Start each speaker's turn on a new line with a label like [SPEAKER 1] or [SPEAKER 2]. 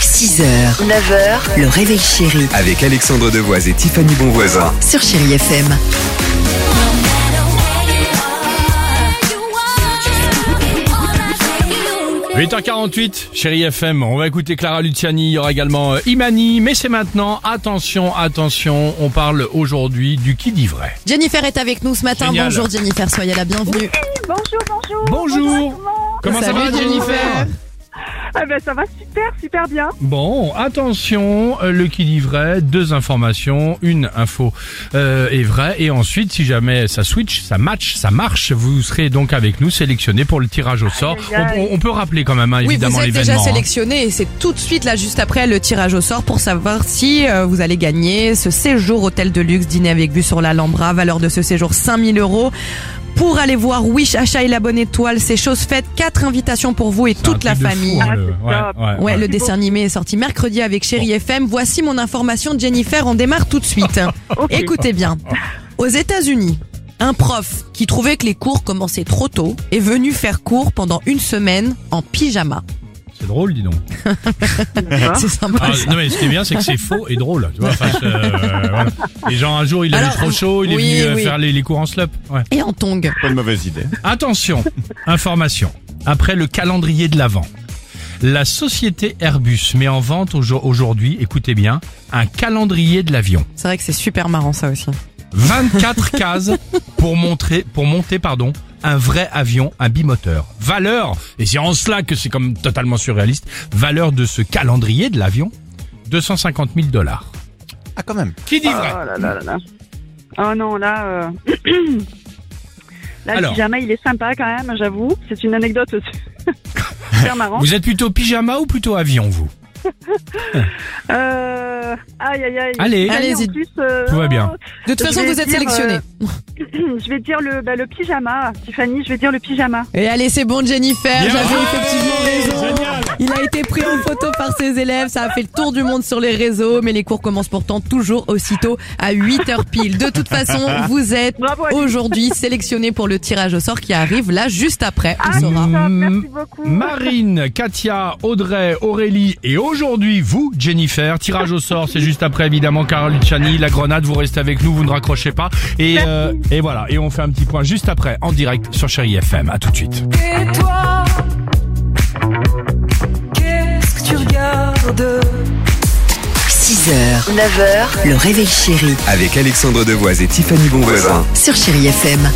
[SPEAKER 1] 6h, 9h, le réveil chéri
[SPEAKER 2] Avec Alexandre Devoise et Tiffany Bonvoisin.
[SPEAKER 1] sur Chéri FM.
[SPEAKER 3] You are, you are.
[SPEAKER 4] 8h48, chérie FM, on va écouter Clara Luciani, il y aura également euh, Imani, mais c'est maintenant, attention, attention, on parle aujourd'hui du qui dit vrai.
[SPEAKER 5] Jennifer est avec nous ce matin.
[SPEAKER 4] Génial.
[SPEAKER 5] Bonjour Jennifer, soyez la bienvenue.
[SPEAKER 6] Bonjour, bonjour.
[SPEAKER 4] Bonjour Comment ça
[SPEAKER 5] Salut,
[SPEAKER 4] va Jennifer
[SPEAKER 6] Ah ben ça va super, super bien.
[SPEAKER 4] Bon, attention, euh, le qui dit vrai, deux informations, une info euh, est vraie, et ensuite, si jamais ça switch, ça match, ça marche, vous serez donc avec nous sélectionné pour le tirage au sort.
[SPEAKER 6] Aïe, aïe,
[SPEAKER 4] On,
[SPEAKER 6] aïe.
[SPEAKER 4] on- on peut rappeler quand même, hein,
[SPEAKER 5] Oui,
[SPEAKER 4] évidemment,
[SPEAKER 5] vous êtes déjà
[SPEAKER 4] l'événement. hein.
[SPEAKER 5] sélectionné et c'est tout de suite là juste après le tirage au sort pour savoir si euh, vous allez gagner ce séjour hôtel de luxe dîner avec vue sur l'Alhambra, valeur de ce séjour 5000 euros. Pour aller voir Wish, Achat et la Bonne Étoile, c'est chose faite, quatre invitations pour vous et
[SPEAKER 4] C'est un
[SPEAKER 5] toute la
[SPEAKER 4] truc de fou,
[SPEAKER 5] famille.
[SPEAKER 4] hein,
[SPEAKER 6] Ah,
[SPEAKER 4] le-
[SPEAKER 6] c'est
[SPEAKER 4] ouais,
[SPEAKER 6] top.
[SPEAKER 4] ouais,
[SPEAKER 5] Ouais,
[SPEAKER 4] ouais.
[SPEAKER 5] le dessin animé est sorti mercredi avec Chéri FM. Voici mon information, Jennifer. On démarre tout de suite. Écoutez bien. Aux États-Unis, un prof qui trouvait que les cours commençaient trop tôt est venu faire cours pendant une semaine en pyjama.
[SPEAKER 4] C'est drôle, dis donc.
[SPEAKER 5] C'est sympa.
[SPEAKER 4] Ah,
[SPEAKER 5] ça.
[SPEAKER 4] non mais ce qui est bien c'est que c'est faux et drôle tu vois enfin, c'est, euh, voilà. les gens un jour il a eu
[SPEAKER 5] Alors,
[SPEAKER 4] trop chaud il est
[SPEAKER 5] oui,
[SPEAKER 4] venu euh,
[SPEAKER 5] oui.
[SPEAKER 4] faire les, les cours en slop ouais.
[SPEAKER 5] Et en tongue.
[SPEAKER 4] attention information après le calendrier de l'avant la société Airbus met en vente aujo- aujourd'hui écoutez bien un calendrier de l'avion
[SPEAKER 5] C'est vrai que c'est super marrant ça aussi.
[SPEAKER 4] 24 cases pour montrer pour monter pardon un vrai avion, un bimoteur. Valeur, et c'est en cela que c'est comme totalement surréaliste, valeur de ce calendrier de l'avion, 250 000 dollars.
[SPEAKER 7] Ah, quand même.
[SPEAKER 4] Qui dit
[SPEAKER 6] Oh
[SPEAKER 4] vrai
[SPEAKER 6] là là là là. Oh non, là. Euh... là,
[SPEAKER 4] Alors.
[SPEAKER 6] le pyjama, il est sympa quand même, j'avoue. C'est une anecdote super marrant.
[SPEAKER 4] Vous êtes plutôt pyjama ou plutôt avion, vous
[SPEAKER 6] Euh... Aïe, aïe, aïe.
[SPEAKER 4] Allez.
[SPEAKER 6] Cette année,
[SPEAKER 5] Allez-y.
[SPEAKER 6] en plus, euh,
[SPEAKER 4] Tout va bien.
[SPEAKER 5] De toute
[SPEAKER 6] Je
[SPEAKER 5] façon,
[SPEAKER 6] vais
[SPEAKER 5] vous êtes
[SPEAKER 6] dire,
[SPEAKER 5] sélectionné.
[SPEAKER 6] oh, je vais dire le, bah, le pyjama, Tiffany, je vais dire le pyjama.
[SPEAKER 5] Et allez, c'est bon, Jennifer.
[SPEAKER 4] Bien
[SPEAKER 5] J'avais
[SPEAKER 4] joué.
[SPEAKER 5] effectivement raison.
[SPEAKER 4] Génial.
[SPEAKER 5] Il a été pris en photo par ses élèves, ça a fait le tour du monde sur les réseaux, mais les cours commencent pourtant toujours aussitôt à 8h pile. De toute façon, vous êtes
[SPEAKER 6] Bravo, Alice.
[SPEAKER 5] aujourd'hui sélectionné pour le tirage au sort qui arrive là juste après. On
[SPEAKER 6] Ah,
[SPEAKER 5] saura.
[SPEAKER 6] top,
[SPEAKER 4] Mm,
[SPEAKER 6] merci beaucoup.
[SPEAKER 4] Marine, Katia, Audrey, Aurélie et aujourd'hui vous, Jennifer. Tirage au sort, c'est juste après évidemment Carole Luciani, la grenade, vous restez avec nous, vous ne raccrochez pas. Et, euh, et voilà, et on fait un petit point juste après en direct sur Chéri FM. À tout de suite.
[SPEAKER 8] Et toi, qu'est-ce que tu regardes
[SPEAKER 1] 6h, 9h, le réveil chéri
[SPEAKER 2] Avec Alexandre Devoise et Tiffany Bonvoisin.
[SPEAKER 1] sur Chéri FM.